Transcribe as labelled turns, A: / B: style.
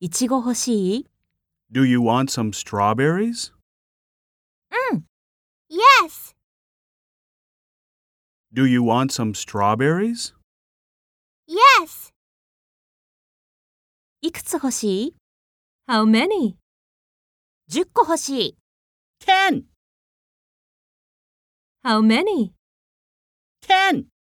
A: いちご欲しい
B: Do you want some strawberries?
C: Yes.
B: Do you want some strawberries?
C: Yes.
A: いくつ欲しい
D: How many?
A: 10個欲しい
B: Ten!
D: How many?
B: Ten!